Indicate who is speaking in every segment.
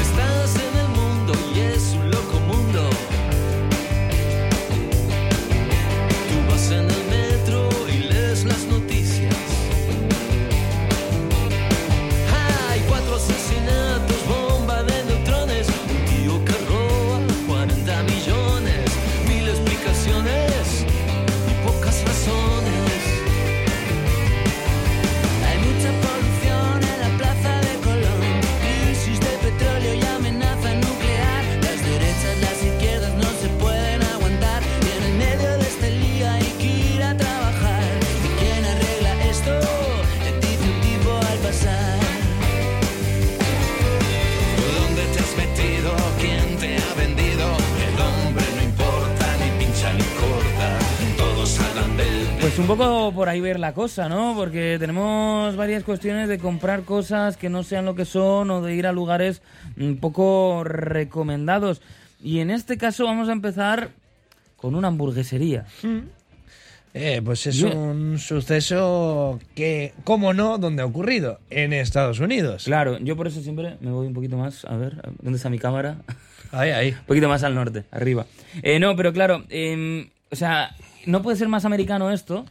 Speaker 1: Estás en el mundo y es un loco mundo. Tú vas en el metro y lees las noticias. Hay cuatro asesinatos, bomba de neutrones, un tío que roba 40 millones, mil explicaciones y pocas razones. Hay mucha polución en la plaza de Colón, crisis de petróleo y amenaza nuclear. Las derechas, las izquierdas no se pueden aguantar. Y en el medio de este lío hay que ir a trabajar. ¿Y quién arregla esto? Le dice un tipo al pasar. ¿Dónde te has metido? ¿Quién te ha vendido? El hombre no importa, ni pincha ni corta. Todos hablan del
Speaker 2: Pues un poco por ahí ver la cosa, ¿no? Porque tenemos varias cuestiones de comprar cosas que no sean lo que son o de ir a lugares un poco recomendados. Y en este caso vamos a empezar con una hamburguesería.
Speaker 3: Eh, pues es
Speaker 2: Yo-
Speaker 3: un suceso que, cómo no, donde ha ocurrido, en Estados Unidos.
Speaker 2: Claro, yo por eso siempre me voy un poquito más, a ver, ¿dónde está mi cámara?
Speaker 3: Ahí, ahí.
Speaker 2: Un poquito más al norte, arriba. Eh, no, pero claro, eh, o sea, no puede ser más americano esto,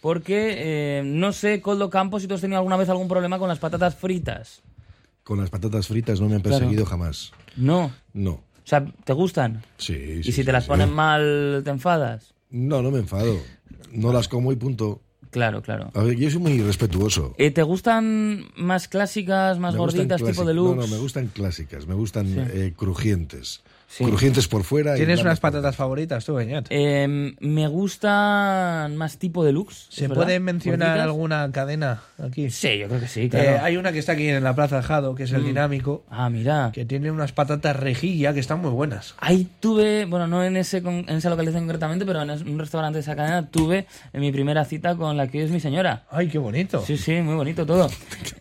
Speaker 2: porque eh, no sé, Coldo Campos, si tú has tenido alguna vez algún problema con las patatas fritas.
Speaker 4: Con las patatas fritas no me han
Speaker 2: Claro.
Speaker 4: perseguido jamás.
Speaker 2: No.
Speaker 4: No.
Speaker 2: O sea, ¿te gustan?
Speaker 4: Sí,
Speaker 2: Y
Speaker 4: sí,
Speaker 2: si
Speaker 4: sí,
Speaker 2: te las
Speaker 4: sí.
Speaker 2: ponen mal, ¿te enfadas?
Speaker 4: No, no me enfado. No las como y punto.
Speaker 2: Claro, claro.
Speaker 4: A ver, yo soy muy respetuoso.
Speaker 2: Eh, ¿Te gustan más clásicas, más
Speaker 4: Me gustan
Speaker 2: gorditas, tipo
Speaker 4: clásic-
Speaker 2: deluxe?
Speaker 4: No, no, me gustan clásicas, me gustan eh, crujientes.
Speaker 2: Sí.
Speaker 4: Crujientes por fuera. y
Speaker 3: ¿Tienes unas
Speaker 4: blandas por
Speaker 3: patatas favoritas tú, Beñat?
Speaker 2: Eh, me gustan más tipo deluxe.
Speaker 3: ¿Se
Speaker 2: ¿es verdad?
Speaker 3: puede mencionar
Speaker 2: ¿Gorditas?
Speaker 3: alguna cadena aquí?
Speaker 2: Sí, yo creo que sí,
Speaker 3: Eh,
Speaker 2: claro.
Speaker 3: hay una que está aquí en la Plaza Jado, que es el Dinámico,
Speaker 2: Ah, mira.
Speaker 3: que tiene unas patatas rejilla que están muy buenas.
Speaker 2: Ahí tuve, bueno, no en ese con- en esa localización concretamente, pero en es- un restaurante de esa cadena tuve en mi primera cita con la que hoy es mi señora.
Speaker 3: Ay, qué bonito.
Speaker 2: Sí, sí, muy bonito todo.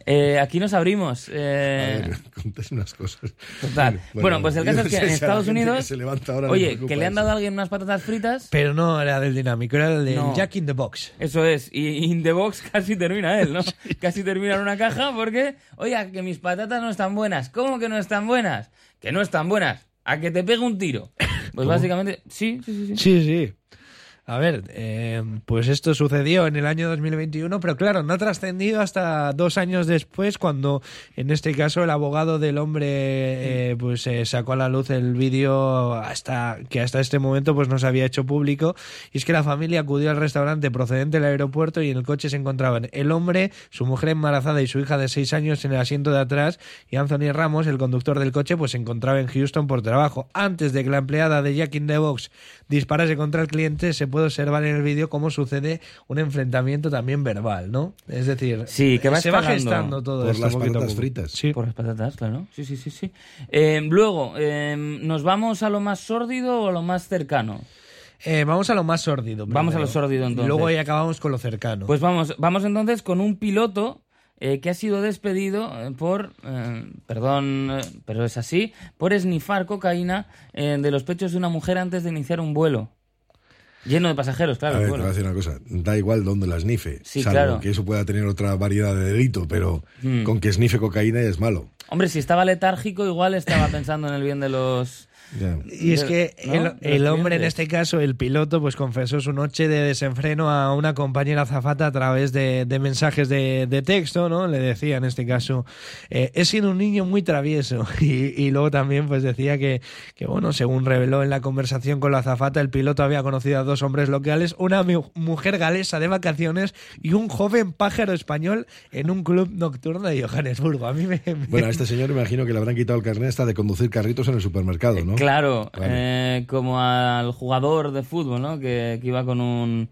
Speaker 2: Eh, aquí nos abrimos.
Speaker 4: A
Speaker 2: eh,
Speaker 4: ver, contáis unas cosas.
Speaker 2: Total. Bueno, pues el caso es que en
Speaker 4: esa
Speaker 2: Estados
Speaker 4: gente
Speaker 2: Unidos.
Speaker 4: que se levanta ahora le
Speaker 2: oye,
Speaker 4: preocupa
Speaker 2: que le han
Speaker 4: eso.
Speaker 2: dado a alguien unas patatas fritas.
Speaker 3: Pero no era del Dinámico, era del
Speaker 2: No.
Speaker 3: Jack in the Box.
Speaker 2: Eso es. Y in the box casi termina él, ¿no? Casi termina en una caja porque, oiga, que mis patatas no están buenas. ¿Cómo que no están buenas? Que no están buenas. A que te pegue un tiro. Pues básicamente, sí, sí, sí, sí.
Speaker 3: Sí, sí. A ver, eh, pues esto sucedió en el año 2021, pero claro, no ha trascendido hasta dos años después, cuando en este caso el abogado del hombre eh, pues eh, sacó a la luz el vídeo hasta que hasta este momento pues no se había hecho público. Y es que la familia acudió al restaurante procedente del aeropuerto y en el coche se encontraban el hombre, su mujer embarazada y su hija de seis años en el asiento de atrás y Anthony Ramos, el conductor del coche, pues se encontraba en Houston por trabajo. Antes de que la empleada de Jack in the Box disparase contra el cliente, se puede observar en el vídeo cómo sucede un enfrentamiento también verbal, ¿no? Es decir,
Speaker 2: Sí, que va
Speaker 3: se va
Speaker 2: escalando.
Speaker 3: gestando todo
Speaker 4: Por
Speaker 3: esto
Speaker 4: las
Speaker 3: poquito a
Speaker 4: patatas
Speaker 3: poco.
Speaker 4: fritas.
Speaker 3: Sí.
Speaker 2: Por las patatas, claro. Sí, sí, sí, sí. Eh, luego, eh, ¿nos vamos a lo más sórdido o a lo más cercano?
Speaker 3: Eh, vamos a lo más sórdido.
Speaker 2: Vamos
Speaker 3: primero.
Speaker 2: a lo sórdido, entonces.
Speaker 3: Y luego ya acabamos con lo cercano.
Speaker 2: Pues vamos, vamos entonces con un piloto eh, que ha sido despedido eh, por, eh, perdón, eh, pero es así, por esnifar cocaína eh, de los pechos de una mujer antes de iniciar un vuelo. Lleno de pasajeros, claro.
Speaker 4: A ver,
Speaker 2: el
Speaker 4: te voy
Speaker 2: vuelo.
Speaker 4: a decir una cosa. Da igual dónde las nife.
Speaker 2: Sí,
Speaker 4: salvo
Speaker 2: claro. Hmm.
Speaker 4: que eso pueda tener otra variedad de delito, pero con que snife cocaína es malo.
Speaker 2: Hombre, si estaba letárgico, igual estaba pensando en el bien de los...
Speaker 4: Ya.
Speaker 3: Y es
Speaker 2: De-
Speaker 3: que
Speaker 2: ¿no?
Speaker 3: el,
Speaker 2: De los
Speaker 3: el hombre, en
Speaker 2: clientes.
Speaker 3: este caso, el piloto, pues confesó su noche de desenfreno a una compañera azafata a través de, de mensajes de, de texto, ¿no? Le decía, en este caso, eh, he sido un niño muy travieso. Y, y luego también, pues decía que, que, bueno, según reveló en la conversación con la azafata, el piloto había conocido a dos hombres locales, una mu- mujer galesa de vacaciones y un joven pájaro español en un club nocturno de Johannesburgo. A mí me... me-
Speaker 4: Bueno, a este señor imagino que le habrán quitado el carnet hasta de conducir carritos en el supermercado, ¿no?
Speaker 2: Claro,
Speaker 4: Vale.
Speaker 2: eh, como al jugador de fútbol, ¿no? Que, que iba con un,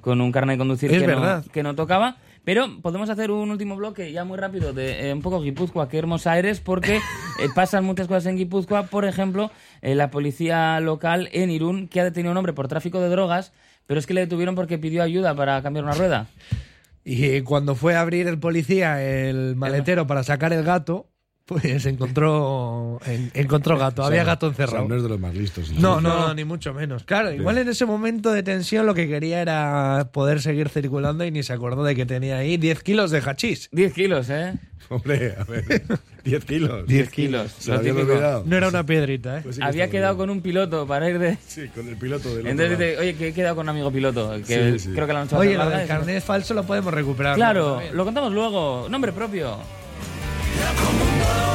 Speaker 2: con un carnet de conducir
Speaker 3: Es
Speaker 2: que,
Speaker 3: verdad.
Speaker 2: No, que no tocaba. Pero podemos hacer un último bloque ya muy rápido de eh, un poco Guipúzcoa, qué hermosa eres, porque eh, pasan muchas cosas en Guipúzcoa. Por ejemplo, eh, la policía local en Irún, que ha detenido a un hombre por tráfico de drogas, pero es que le detuvieron porque pidió ayuda para cambiar una rueda.
Speaker 3: Y cuando fue a abrir el policía el maletero para sacar el gato, pues encontró, en- encontró gato. Había gato encerrado.
Speaker 4: San no es de los más listos.
Speaker 3: No, no, no, ni mucho menos. Claro, igual en ese momento de tensión lo que quería era poder seguir circulando y ni se acordó de que tenía ahí 10 kilos de hachís.
Speaker 2: 10 kilos, ¿eh?
Speaker 4: Hombre, a ver. 10 kilos.
Speaker 3: 10
Speaker 2: kilos.
Speaker 4: Se
Speaker 2: lo
Speaker 4: lo habían
Speaker 2: típico.
Speaker 4: olvidado.
Speaker 3: No era una piedrita, ¿eh?
Speaker 4: Pues sí que
Speaker 2: Había
Speaker 4: estaba
Speaker 2: quedado
Speaker 4: bien.
Speaker 2: con un piloto para ir de...
Speaker 4: Sí, con el piloto del otro
Speaker 2: Entonces
Speaker 4: lado.
Speaker 2: dice, oye, que he quedado con un amigo piloto, que
Speaker 4: Sí, sí.
Speaker 2: creo que lo han hecho
Speaker 3: Oye,
Speaker 2: hacer
Speaker 3: lo
Speaker 2: larga,
Speaker 3: del
Speaker 2: eso.
Speaker 3: carnet falso lo podemos recuperar.
Speaker 2: Claro, lo contamos luego. Nombre propio.
Speaker 1: Como un